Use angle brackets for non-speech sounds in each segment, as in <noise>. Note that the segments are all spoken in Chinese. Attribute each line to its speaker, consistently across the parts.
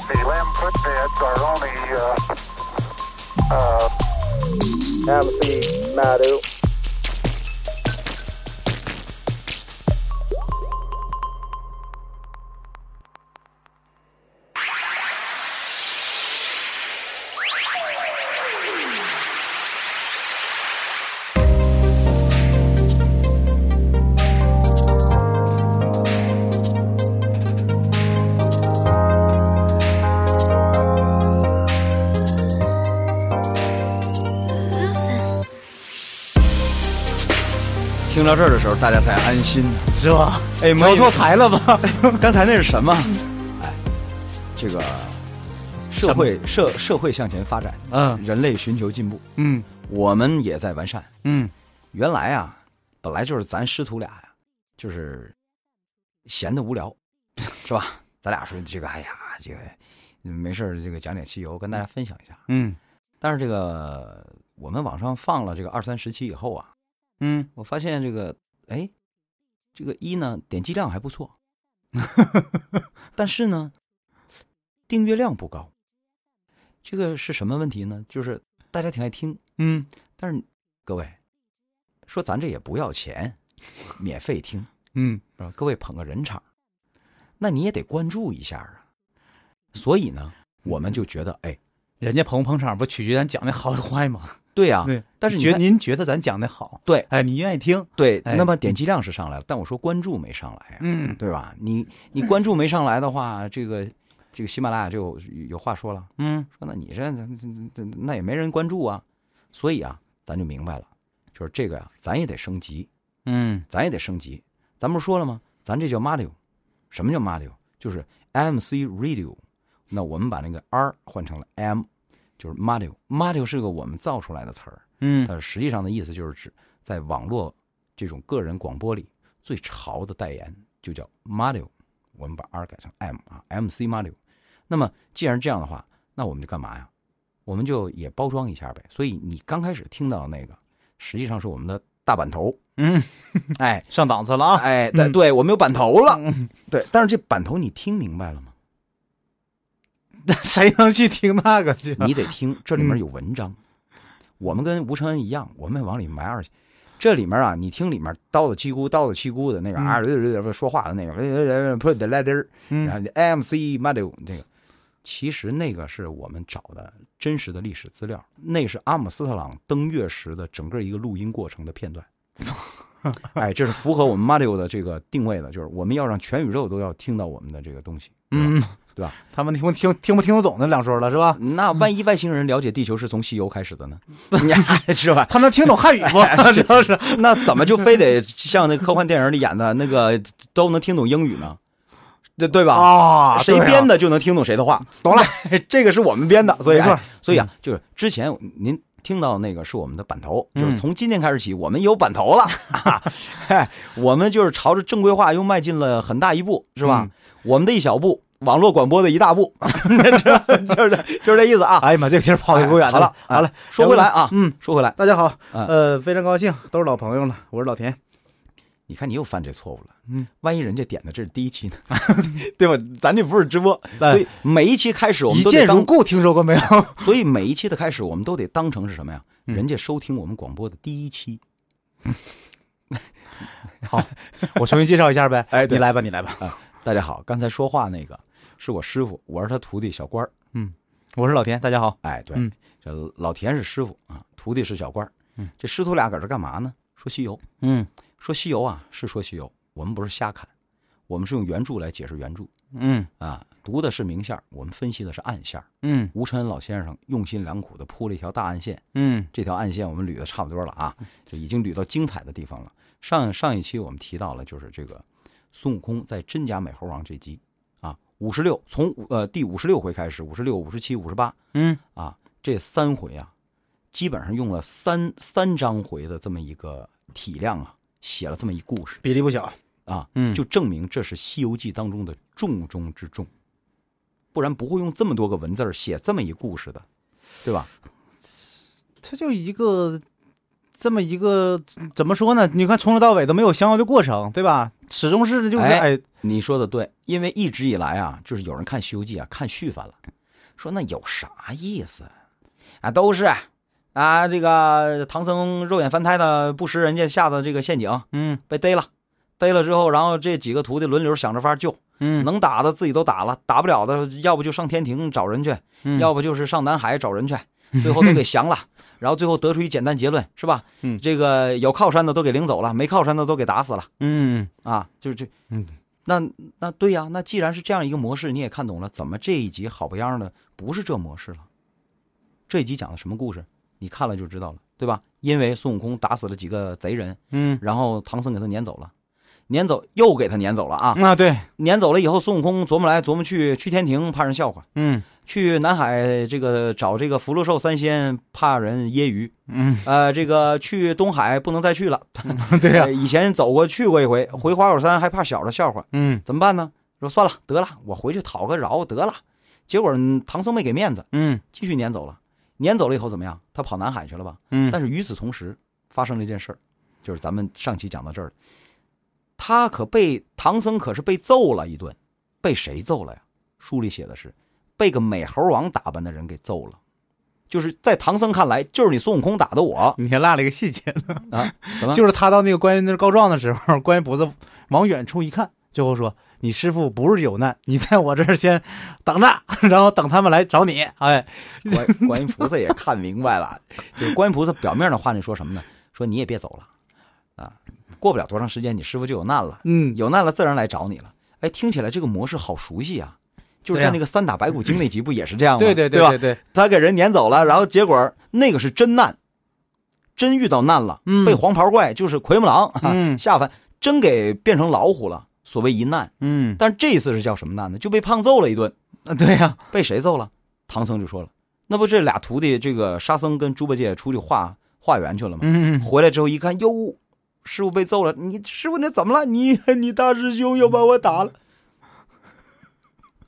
Speaker 1: quit bids are only, uh, uh,
Speaker 2: Amity Madu.
Speaker 3: 听到这儿的时候，大家才安心，
Speaker 4: 是吧？
Speaker 3: 哎，没
Speaker 4: 找错台了吧？
Speaker 3: 刚才那是什么？哎，这个社会社社会向前发展，
Speaker 4: 嗯
Speaker 3: 人类寻求进步，
Speaker 4: 嗯
Speaker 3: 我们也在完善。
Speaker 4: 嗯
Speaker 3: 原来啊，本来就是咱师徒俩呀、就是闲的无
Speaker 4: <laughs>
Speaker 3: 聊，是吧？咱俩说这个，哎呀，这个没事儿这个讲点汽油，跟大家分享一下。
Speaker 4: 嗯
Speaker 3: 但是这个我们网上放了这个二三十期以后啊，
Speaker 4: 嗯，
Speaker 3: 我发现这个，哎，这个一呢点击量还不错，
Speaker 4: <laughs>
Speaker 3: 但是呢，订阅量不高。这个是什么问题呢？就是大家挺爱听，
Speaker 4: 嗯，
Speaker 3: 但是各位说咱这也不要钱，免费听，
Speaker 4: 嗯
Speaker 3: 是吧？各位捧个人场，那你也得关注一下啊。所以呢，我们就觉得，哎，
Speaker 4: 人家捧不捧场不取决于咱讲的好与坏吗？
Speaker 3: 对啊呀、
Speaker 4: 对，
Speaker 3: 但是你
Speaker 4: 觉
Speaker 3: 看
Speaker 4: 您觉得咱讲的好，
Speaker 3: 对
Speaker 4: 哎，你愿意听，
Speaker 3: 对，
Speaker 4: 哎
Speaker 3: 那么点击量是上来了，但我说关注没上来呀、啊
Speaker 4: 嗯
Speaker 3: 对吧？你你关注没上来的话，这个这个喜马拉雅就有有话说了，
Speaker 4: 嗯
Speaker 3: 说那你这这这这那也没人关注啊，所以啊，咱就明白了，就是这个呀、咱也得升级，
Speaker 4: 嗯
Speaker 3: 咱也得升级。咱不是说了吗？咱这叫 Mario，什么叫 Mario？就是 MC Radio。那我们把那个 R 换成了 M，就是 Mario。Mario 是个我们造出来的词儿，
Speaker 4: 嗯
Speaker 3: 它实际上的意思就是指在网络这种个人广播里最潮的代言就叫 Mario，我们把 R 改成 M 啊，MC Mario。那么既然这样的话，那我们就干嘛呀？我们就也包装一下呗。所以你刚开始听到的那个，实际上是我们的大版头，
Speaker 4: 嗯，
Speaker 3: 哎
Speaker 4: 上档次了啊，
Speaker 3: 哎，对对，我们有版头了，
Speaker 4: 嗯
Speaker 3: 对。但是这版头你听明白了吗？
Speaker 4: <laughs> 谁能去听那个去？
Speaker 3: 你得听，这
Speaker 4: 嗯
Speaker 3: 里面有文章。我们跟吴承恩一样，我们也往里埋二去。这里面啊，你听里面叨叨叽咕叨叨叽咕的那个啊，说话的那个， <laughs> 不得来儿，然
Speaker 4: 嗯
Speaker 3: 后 MC m a d u 那个，其实那个是我们找的真实的历史资料，那是阿姆斯特朗登月时的整个一个录音过程的片
Speaker 4: <laughs>
Speaker 3: 段。哎，这是符合我们 m a d u 的这个定位的，就是我们要让全宇宙都要听到我们的这个东西。对吧，
Speaker 4: 嗯，
Speaker 3: 对吧？
Speaker 4: 他们听不听听不听得懂那两说了是吧？
Speaker 3: <laughs> 那万一外星人了解地球是从西游开始的呢？ <laughs> 你是吧？
Speaker 4: 他能听懂汉语 <laughs> 不？主要是
Speaker 3: 那怎么就非得像那科幻电影里演的那个都能听懂英语呢？对对吧？
Speaker 4: 啊
Speaker 3: 谁编
Speaker 4: 的？
Speaker 3: 的就能听懂谁的话，
Speaker 4: 懂了，
Speaker 3: <laughs> 这个是我们编的，所以
Speaker 4: 没错
Speaker 3: 哎所以啊，就是之前您听到那个是我们的版头，
Speaker 4: 嗯
Speaker 3: 就是从今天开始起，我们有版
Speaker 4: <laughs>
Speaker 3: 头了，哎，我们就是朝着正规化又迈进了很大一步，是
Speaker 4: 嗯
Speaker 3: 吧？我们的一小步，网络广播的一大步， <laughs> 就是就是这意思啊。
Speaker 4: 哎呀妈，这个题儿跑的够远
Speaker 3: 好
Speaker 4: 的
Speaker 3: 了，
Speaker 4: 好了
Speaker 3: 哎，说回来啊，
Speaker 4: 嗯，
Speaker 3: 说回来，
Speaker 4: 大家好，
Speaker 3: 嗯
Speaker 4: 呃，非常高兴，都是老朋友了，我是老田，
Speaker 3: 你看你又犯这错误了，
Speaker 4: 嗯，
Speaker 3: 万一人家点的这是第一期呢， <laughs> 对吧？咱这不是直播，
Speaker 4: 哎
Speaker 3: 所以每一期开始我们
Speaker 4: 一
Speaker 3: 都
Speaker 4: 见
Speaker 3: 得
Speaker 4: 如
Speaker 3: 当，
Speaker 4: 故，听说过没有？
Speaker 3: 所以每一期的开始我们都得当成是什么呀？
Speaker 4: 嗯
Speaker 3: 人家收听我们广播的第一期，
Speaker 4: <laughs> 我重新介绍一下呗，
Speaker 3: 哎对
Speaker 4: 你来吧，你来吧，
Speaker 3: 大家好，刚才说话那个是我师傅，我是他徒弟小官儿。
Speaker 4: 我是老田，大家好，
Speaker 3: 哎，对，
Speaker 4: 嗯
Speaker 3: 这老田是师傅啊，徒弟是小官儿。
Speaker 4: 嗯，
Speaker 3: 这师徒俩搁这干嘛呢？说西游，
Speaker 4: 嗯
Speaker 3: 说西游啊，是说西游，我们不是瞎侃，我们是用原著来解释原著
Speaker 4: 嗯
Speaker 3: 啊，读的是明线儿，我们分析的是暗线儿。
Speaker 4: 嗯
Speaker 3: 吴承恩老先生用心良苦的铺了一条大暗线，
Speaker 4: 嗯
Speaker 3: 这条暗线我们捋的差不多了啊，就已经捋到精彩的地方了。上上一期我们提到了，就是这个孙悟空在真假美猴王这集啊，五十六从五呃第五十六回开始，五十六、五十七、五十八
Speaker 4: 嗯
Speaker 3: 啊这三回啊，基本上用了三三章回的这么一个体量啊，写了这么一故事
Speaker 4: 比例不小，
Speaker 3: 啊，
Speaker 4: 嗯
Speaker 3: 就证明这是《西游记》当中的重中之重，不然不会用这么多个文字儿写这么一故事的，对吧？
Speaker 4: 它就一个这么一个怎么说呢？你看从头到尾都没有相应的过程，对吧？始终是就是
Speaker 3: 哎
Speaker 4: 哎，
Speaker 3: 你说的对，因为一直以来啊，就是有人看《西游记》啊，看续翻了，说那有啥意思啊？都是啊，这个唐僧肉眼凡胎的不识人家下的这个陷阱，
Speaker 4: 嗯
Speaker 3: 被逮了，逮了之后，然后这几个徒弟轮流想着法救，
Speaker 4: 嗯，
Speaker 3: 能打的自己都打了，打不了的，要不就上天庭找人去，
Speaker 4: 嗯
Speaker 3: 要不就是上南海找人去，最后都给
Speaker 4: <laughs>
Speaker 3: 降了，然后最后得出一简单结论，是吧？
Speaker 4: 嗯
Speaker 3: 这个有靠山的都给领走了，没靠山的都给打死了
Speaker 4: 嗯
Speaker 3: 啊，就是这，
Speaker 4: 嗯，
Speaker 3: 那那对呀、那既然是这样一个模式，你也看懂了，怎么这一集好不样的不是这模式了？这一集讲的什么故事？你看了就知道了，对吧？因为孙悟空打死了几个贼人，
Speaker 4: 嗯
Speaker 3: 然后唐僧给他撵走了，撵走又给他撵走了啊！
Speaker 4: 啊对，
Speaker 3: 撵走了以后，孙悟空琢磨来琢磨去，去天庭怕人笑话，
Speaker 4: 嗯
Speaker 3: 去南海这个找这个福禄寿三仙怕人揶揄，
Speaker 4: 嗯
Speaker 3: 呃，这个去东海不能再去了，
Speaker 4: <laughs> 对呀
Speaker 3: 呃，以前走过去过一回，回花果山还怕小的笑话，
Speaker 4: 嗯
Speaker 3: 怎么办呢？说算了，得了，我回去讨个饶得了。结果嗯唐僧没给面子，
Speaker 4: 嗯
Speaker 3: 继续撵走了。撵走了以后怎么样？他跑南海去了吧？
Speaker 4: 嗯
Speaker 3: 但是与此同时，发生了一件事儿，就是咱们上期讲到这儿了，他可被唐僧可是被揍了一顿，被谁揍了呀？书里写的是被个美猴王打扮的人给揍了，就是在唐僧看来，就是你孙悟空打的 <laughs> 我
Speaker 4: 你还落了一个细节了，
Speaker 3: 啊，怎么？
Speaker 4: <laughs> 就是他到那个关云那儿告状的时候，关云菩萨往远处一看，最后说：“你师傅不是有难，你在我这儿先等着， <laughs> 然后等他们来找你。”哎，
Speaker 3: 观观音菩萨也看明白了，就是观音菩萨表面的话，你说什么呢？说你也别走了，啊，过不了多长时间，你师傅就有难了，
Speaker 4: 嗯，
Speaker 3: 有难了自然来找你了。哎，听起来这个模式好熟悉啊，就是
Speaker 4: 对
Speaker 3: 在
Speaker 4: 呀
Speaker 3: 那个三打白骨精那集不也是这样吗？对吧
Speaker 4: 对对，
Speaker 3: 他给人撵走了，然后结果那个是真难，真遇到难了，
Speaker 4: 嗯
Speaker 3: 被黄袍怪就是奎木狼、<laughs>
Speaker 4: 嗯
Speaker 3: 下凡，真给变成老虎了，所谓一难。
Speaker 4: 嗯，
Speaker 3: 但这一次是叫什么难呢？就被胖揍了一顿，
Speaker 4: 啊 <laughs> 对呀，
Speaker 3: 被谁揍了？唐僧就说了，那不这俩徒弟这个沙僧跟猪八戒出去化化缘去了吗？
Speaker 4: 嗯
Speaker 3: 回来之后一看，哟，师傅被揍了，你师傅你怎么了？你 <laughs> 你大师兄又把我打了。
Speaker 4: 嗯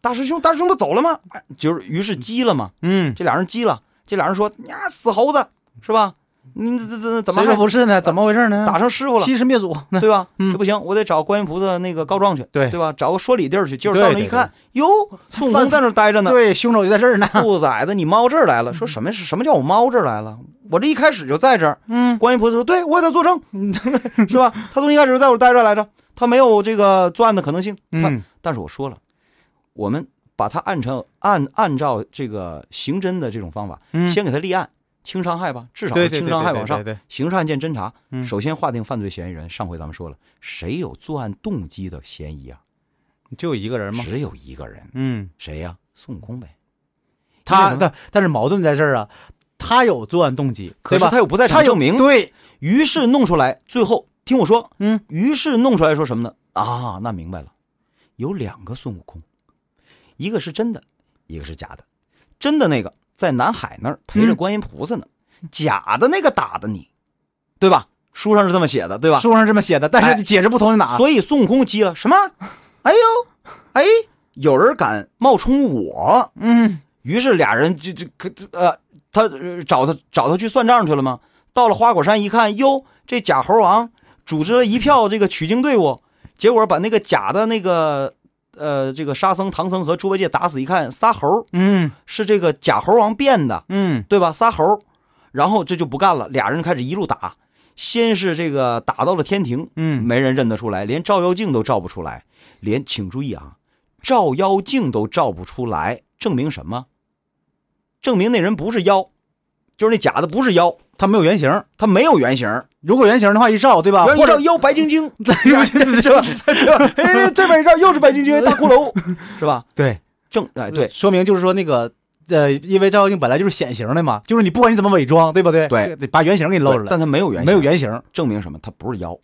Speaker 3: 大师兄，大师兄不走了吗？哎就是，于是急了嘛，
Speaker 4: 嗯，
Speaker 3: 这俩人急了，这俩人说：“呀，死猴子是吧？你这这这怎么
Speaker 4: 谁
Speaker 3: 还
Speaker 4: 说不是呢？怎么回呃事呢？
Speaker 3: 打上师傅了，
Speaker 4: 欺师灭祖，那 <laughs>
Speaker 3: 对吧？
Speaker 4: 嗯
Speaker 3: 这不行，我得找观音菩萨那个告状去，
Speaker 4: 对
Speaker 3: 对吧？找个说理地儿去。”结果到
Speaker 4: 对
Speaker 3: 那
Speaker 4: 对
Speaker 3: 一看，哟，孙悟空在那儿待着呢。
Speaker 4: 对，凶手就在这 <laughs> 儿呢。
Speaker 3: 兔崽子，你猫这儿来了！说什么是什么叫我猫这儿来了？我这一开始就在这儿。
Speaker 4: 嗯
Speaker 3: 观音菩萨说：“对，我也在作证，是吧？他从一开始就在我待着来着，他没有这个作案的可能性。他
Speaker 4: 嗯
Speaker 3: 但是我说了，我们把他按成按按照这个刑侦的这种方法，
Speaker 4: 嗯，
Speaker 3: 先给他立案，轻伤害吧，至少
Speaker 4: 对
Speaker 3: 是
Speaker 4: 对
Speaker 3: 轻
Speaker 4: 对
Speaker 3: 伤害
Speaker 4: 对
Speaker 3: 往上。
Speaker 4: 对，对
Speaker 3: 刑事案件侦查，
Speaker 4: 嗯
Speaker 3: 首先划定犯罪嫌疑人。上回咱们说了，谁有作案动机的嫌疑啊？
Speaker 4: 就一个人嘛。
Speaker 3: 只有一个人，
Speaker 4: 嗯，
Speaker 3: 谁呀、孙悟空呗。因为
Speaker 4: 他
Speaker 3: 什么
Speaker 4: 但但是矛盾在这儿啊，他有作案动机，
Speaker 3: 可
Speaker 4: 对
Speaker 3: 是
Speaker 4: 吧？
Speaker 3: 他有不在
Speaker 4: 他
Speaker 3: 场
Speaker 4: 有
Speaker 3: 证明，
Speaker 4: 对，
Speaker 3: 于是弄出来，最后听我说，
Speaker 4: 嗯，
Speaker 3: 于是弄出来说什么呢？啊，那明白了，有两个孙悟空，一个是真的，一个是假的。真的那个在南海那儿陪着
Speaker 4: 嗯
Speaker 3: 观音菩萨呢，假的那个打的你，对吧？书上是这么写的，对吧？
Speaker 4: 书上这么写的，但
Speaker 3: 哎
Speaker 4: 是你解释不通在哪？
Speaker 3: 所以孙悟空急了，什么？哎呦，哎，有人敢冒充我？
Speaker 4: 嗯
Speaker 3: 于是俩人就就可呃，他呃找他找他去算账去了吗？到了花果山一看，哟，这假猴王组织了一票这个取经队伍，结果把那个假的那个呃这个沙僧、唐僧和猪八戒打死，一看仨猴儿
Speaker 4: 嗯
Speaker 3: 是这个假猴王变的，
Speaker 4: 嗯
Speaker 3: 对吧？仨猴儿，然后这就不干了，俩人开始一路打，先是这个打到了天庭，
Speaker 4: 嗯，
Speaker 3: 没人认得出来，连照妖镜都照不出来，连请注意啊，照妖镜都照不出来，证明什么？证明那人不是妖，就是那假的不是妖，
Speaker 4: 他没有原型。
Speaker 3: 他没有原型，
Speaker 4: 如果原型的话，一照对吧？
Speaker 3: 原
Speaker 4: 啊或
Speaker 3: 一照
Speaker 4: 者
Speaker 3: 妖白晶
Speaker 4: <laughs>
Speaker 3: 晶，是吧？哎，这边一照又是白晶晶大骷髅，是吧？
Speaker 4: 对
Speaker 3: 证哎对，
Speaker 4: 嗯说明就是说那个呃，因为照妖镜本来就是显形的嘛，就是你不管你怎么伪装，对不对？
Speaker 3: 对，
Speaker 4: 得把原型给你露出来，
Speaker 3: 但他没有原型，
Speaker 4: 没有原型。
Speaker 3: 证明什么？他不是妖，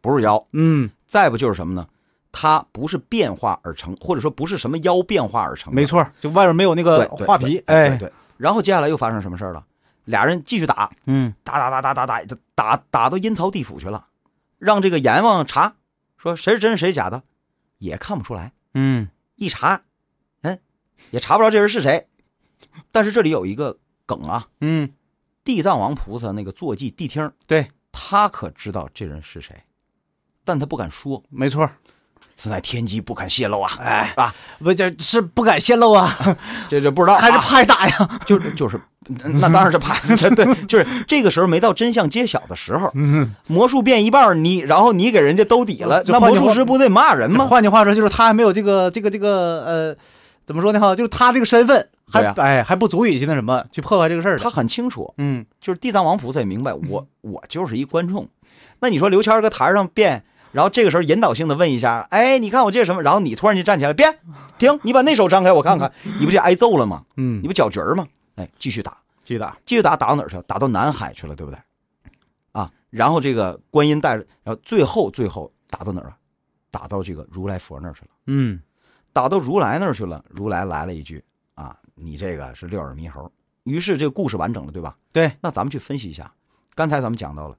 Speaker 3: 不是妖。
Speaker 4: 嗯，
Speaker 3: 再不就是什么呢？他不是变化而成，或者说不是什么妖变化而成的，
Speaker 4: 没错，就外面没有那
Speaker 3: 对
Speaker 4: 个
Speaker 3: 对
Speaker 4: 画
Speaker 3: 对
Speaker 4: 皮，
Speaker 3: 对
Speaker 4: 哎，
Speaker 3: 对然后接下来又发生什么事儿了？俩人继续打，
Speaker 4: 嗯
Speaker 3: 打打打打打打打打到阴曹地府去了，让这个阎王查，说谁是真谁是假的，也看不出来。
Speaker 4: 嗯
Speaker 3: 一查，嗯，也查不着这人是谁。但是这里有一个梗啊，
Speaker 4: 嗯，
Speaker 3: 地藏王菩萨那个坐骑谛听，
Speaker 4: 对
Speaker 3: 他可知道这人是谁，但他不敢说。
Speaker 4: 没错，
Speaker 3: 此乃天机，不肯泄露啊！
Speaker 4: 哎
Speaker 3: 啊，
Speaker 4: 不这是不敢泄露 <laughs> 啊，
Speaker 3: 这就不知道啊、
Speaker 4: 还是怕挨打 <laughs> 呀？
Speaker 3: 就就是，那当然是怕，对，就是这个时候没到真相揭晓的时候，魔术变一半儿，你然后你给人家兜底了，
Speaker 4: 嗯就
Speaker 3: 那
Speaker 4: 换
Speaker 3: 魔
Speaker 4: 句
Speaker 3: 术
Speaker 4: 话
Speaker 3: 师不得骂人吗？
Speaker 4: 换句话说，就是他还没有这个这个这个呃，怎么说呢？哈，就是他这个身份还、
Speaker 3: 对呀
Speaker 4: 哎还不足以去那什么去破坏这个事儿的。
Speaker 3: 他很清楚，
Speaker 4: 嗯，
Speaker 3: 就是地藏王菩萨也明白，我我就是一观众。那你说刘谦儿搁台上变，然后这个时候引导性的问一下，哎，你看我这是什么？然后你突然间站起来，变，停，你把那手张开，我看看，你不就挨揍了吗？
Speaker 4: 嗯
Speaker 3: 你，不搅局儿吗？哎，继续打，
Speaker 4: 记得啊
Speaker 3: 继续打，打到哪儿去了？打到南海去了，对不对？啊，然后这个观音带着，然后最后最后打到哪儿了？打到这个如来佛那儿去了。
Speaker 4: 嗯，
Speaker 3: 打到如来那儿去了，如来来了一句：“啊，你这个是六耳猕猴。”于是这个故事完整了，对吧？
Speaker 4: 对。
Speaker 3: 那咱们去分析一下，刚才咱们讲到了，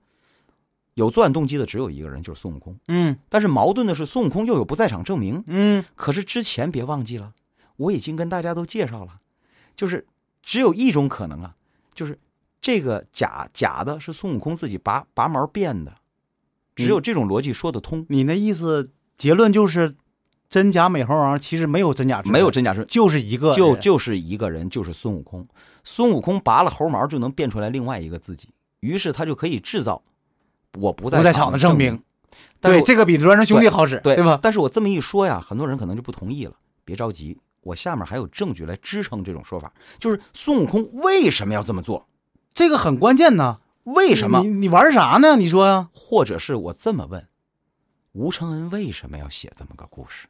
Speaker 3: 有作案动机的只有一个人，就是孙悟空。
Speaker 4: 嗯
Speaker 3: 但是矛盾的是，孙悟空又有不在场证明。
Speaker 4: 嗯，
Speaker 3: 可是之前别忘记了，我已经跟大家都介绍了，就是只有一种可能啊，就是这个假假的是孙悟空自己拔拔毛变的，只有这种逻辑说得通，
Speaker 4: 你那意思结论就是真假美猴王其实没有真假之分，
Speaker 3: 没有真假之
Speaker 4: 就是一个
Speaker 3: 就
Speaker 4: 人
Speaker 3: 就是一个人，就是孙悟空。孙悟空拔了猴毛就能变出来另外一个自己，于是他就可以制造我不在
Speaker 4: 不在
Speaker 3: 场
Speaker 4: 场的
Speaker 3: 证
Speaker 4: 证
Speaker 3: 明
Speaker 4: 明。
Speaker 3: 但是
Speaker 4: 对
Speaker 3: 我
Speaker 4: 这个比孪生兄弟好使，
Speaker 3: 对
Speaker 4: 对吧？
Speaker 3: 但是我这么一说呀，很多人可能就不同意了。别着急，我下面还有证据来支撑这种说法，就是孙悟空为什么要这么做？
Speaker 4: 这个很关键呐。
Speaker 3: 为什
Speaker 4: 你
Speaker 3: 么？
Speaker 4: 你玩啥呢？你说啊呀？
Speaker 3: 或者是我这么问：吴承恩为什么要写这么个故事？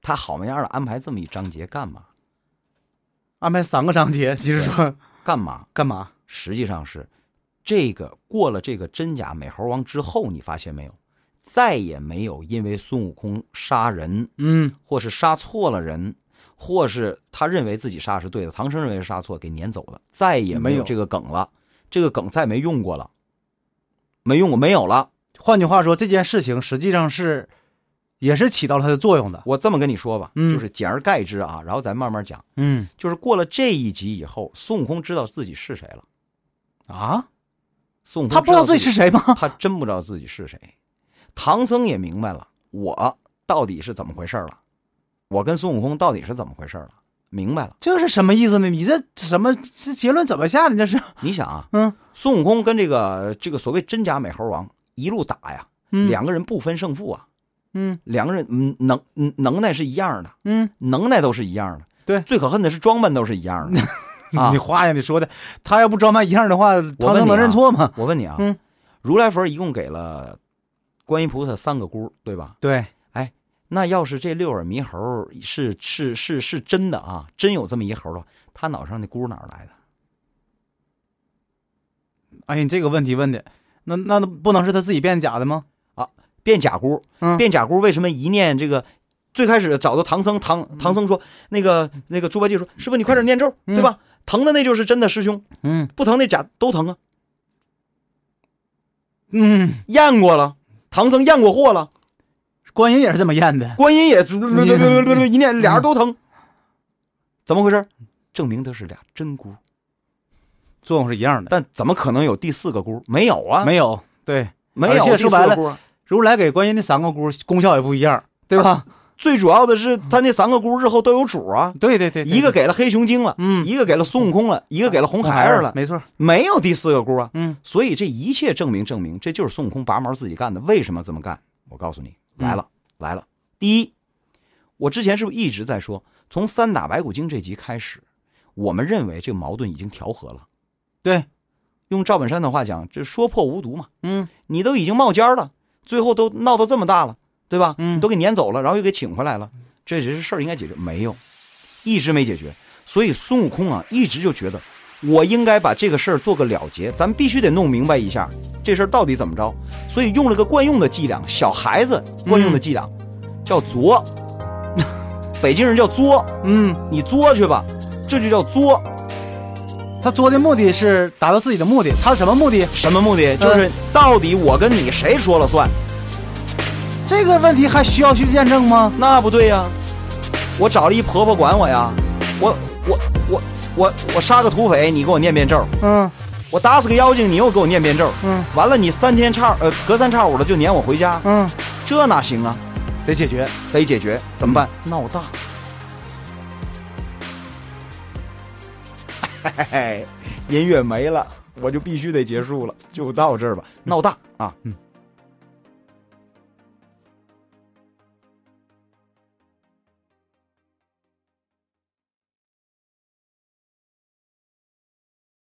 Speaker 3: 他好模样的安排这么一章节干嘛？
Speaker 4: 安排三个章节，你是说
Speaker 3: 干嘛？
Speaker 4: 干嘛？
Speaker 3: 实际上是这个过了这个真假美猴王之后，你发现没有，再也没有因为孙悟空杀人，
Speaker 4: 嗯，
Speaker 3: 或是杀错了人，或是他认为自己杀是对的，唐僧认为是杀错给撵走了，再也没
Speaker 4: 没
Speaker 3: 有
Speaker 4: 有
Speaker 3: 这个梗了，这个梗再没用过了，没用过没有了。
Speaker 4: 换句话说，这件事情实际上是也是起到了它的作用的。
Speaker 3: 我这么跟你说吧，
Speaker 4: 嗯
Speaker 3: 就是简而概之啊，然后咱慢慢讲。
Speaker 4: 嗯
Speaker 3: 就是过了这一集以后，孙悟空知道自己是谁了。
Speaker 4: 啊，
Speaker 3: 孙悟空
Speaker 4: 他不知道自己
Speaker 3: 是。
Speaker 4: 是谁吗？
Speaker 3: 他真不知道自己是谁。唐僧也明白了，我到底是怎么回事了，我跟孙悟空到底是怎么回事了，明白了。
Speaker 4: 这是什么意思呢？你这什么这结论怎么下的？这是
Speaker 3: 你想啊，
Speaker 4: 嗯
Speaker 3: 孙悟空跟这个这个所谓真假美猴王一路打呀，
Speaker 4: 嗯
Speaker 3: 两个人不分胜负啊，
Speaker 4: 嗯
Speaker 3: 两个人嗯能嗯能耐是一样的，
Speaker 4: 嗯，
Speaker 3: 能耐都是一样的。
Speaker 4: 对
Speaker 3: 最可恨的是装扮都是一样
Speaker 4: <laughs>
Speaker 3: 的啊
Speaker 4: <laughs> 你。话呀，你说的，他要不装扮一样的话，
Speaker 3: 我
Speaker 4: 唐
Speaker 3: 问
Speaker 4: 僧
Speaker 3: 你
Speaker 4: 能
Speaker 3: 啊
Speaker 4: 认错吗？
Speaker 3: 我问你啊，
Speaker 4: 嗯
Speaker 3: 如来佛一共给了观音菩萨三个箍，对吧？
Speaker 4: 对，
Speaker 3: 那要是这六耳猕猴是是是是真的啊，真有这么一猴的话，他脑上那箍哪儿来的？
Speaker 4: 哎，你这个问题问的，那那不能是他自己变假的吗？
Speaker 3: 变假箍，
Speaker 4: 嗯
Speaker 3: 变假箍，为什么一念这个？最开始找到唐僧，唐唐僧说：“那个那个猪八戒说，师傅你快点念咒，
Speaker 4: 嗯
Speaker 3: 对吧？疼的那就是真的师兄，
Speaker 4: 嗯
Speaker 3: 不疼那假都疼啊。
Speaker 4: 嗯，
Speaker 3: 验过了，唐僧验过货了，
Speaker 4: 观音也是这么验的。
Speaker 3: 观音也
Speaker 4: 嗯
Speaker 3: 一念，俩人都疼，怎么回事？证明他是俩真箍，
Speaker 4: 作用是一样的，
Speaker 3: 但怎么可能有第四个箍？没有啊，
Speaker 4: 没有对，
Speaker 3: 没
Speaker 4: 而
Speaker 3: 有
Speaker 4: 且
Speaker 3: 第
Speaker 4: 说
Speaker 3: 四
Speaker 4: 白
Speaker 3: 个
Speaker 4: 了
Speaker 3: 箍啊。
Speaker 4: 如来给观音那三个箍功效也不一样，对吧？
Speaker 3: 最主要的是，他那三个箍日后都有主啊，
Speaker 4: 对嗯对对，对
Speaker 3: 一个给了黑熊精了，
Speaker 4: 嗯
Speaker 3: 一个给了孙悟空了，一个给了红孩儿了，
Speaker 4: 没错，
Speaker 3: 没有第四个箍啊。
Speaker 4: 嗯
Speaker 3: 所以这一切证明证明，这就是孙悟空拔毛自己干的。为什么这么干？我告诉你，
Speaker 4: 嗯
Speaker 3: 来了、来了。第一，我之前是不是一直在说，从三打白骨精这集开始，我们认为这个矛盾已经调和了。
Speaker 4: 对，
Speaker 3: 用赵本山的话讲，这说破无毒嘛。
Speaker 4: 嗯
Speaker 3: 你都已经冒尖儿了，最后都闹到这么大了，对吧？
Speaker 4: 嗯
Speaker 3: 你都给撵走了，然后又给请回来了，这只是事儿应该解决，没有，一直没解决。所以孙悟空啊，一直就觉得我应该把这个事儿做个了结，咱必须得弄明白一下这事儿到底怎么着。所以用了个惯用的伎俩，小孩子惯
Speaker 4: 嗯
Speaker 3: 用的伎俩、叫作， <laughs> 北京人叫作，
Speaker 4: 嗯，
Speaker 3: 你作去吧，这就叫作。
Speaker 4: 他作的目的是达到自己的目的，他什么目的？
Speaker 3: 什么目的？
Speaker 4: 嗯
Speaker 3: 就是到底我跟你谁说了算？
Speaker 4: 这个问题还需要去验证吗？
Speaker 3: 那不对呀、我找了一婆婆管我呀，我我我我我杀个土匪，你给我念遍咒；
Speaker 4: 嗯
Speaker 3: 我打死个妖精，你又给我念遍咒。
Speaker 4: 嗯
Speaker 3: 完了，你三天差呃隔三差五的就撵我回家，
Speaker 4: 嗯，
Speaker 3: 这哪行啊？
Speaker 4: 得解决。
Speaker 3: 得解决，怎么办？嗯闹大。 <laughs> 嘿嘿，音乐没了，我就必须得结束了，就到这儿吧。闹大啊，
Speaker 4: 嗯，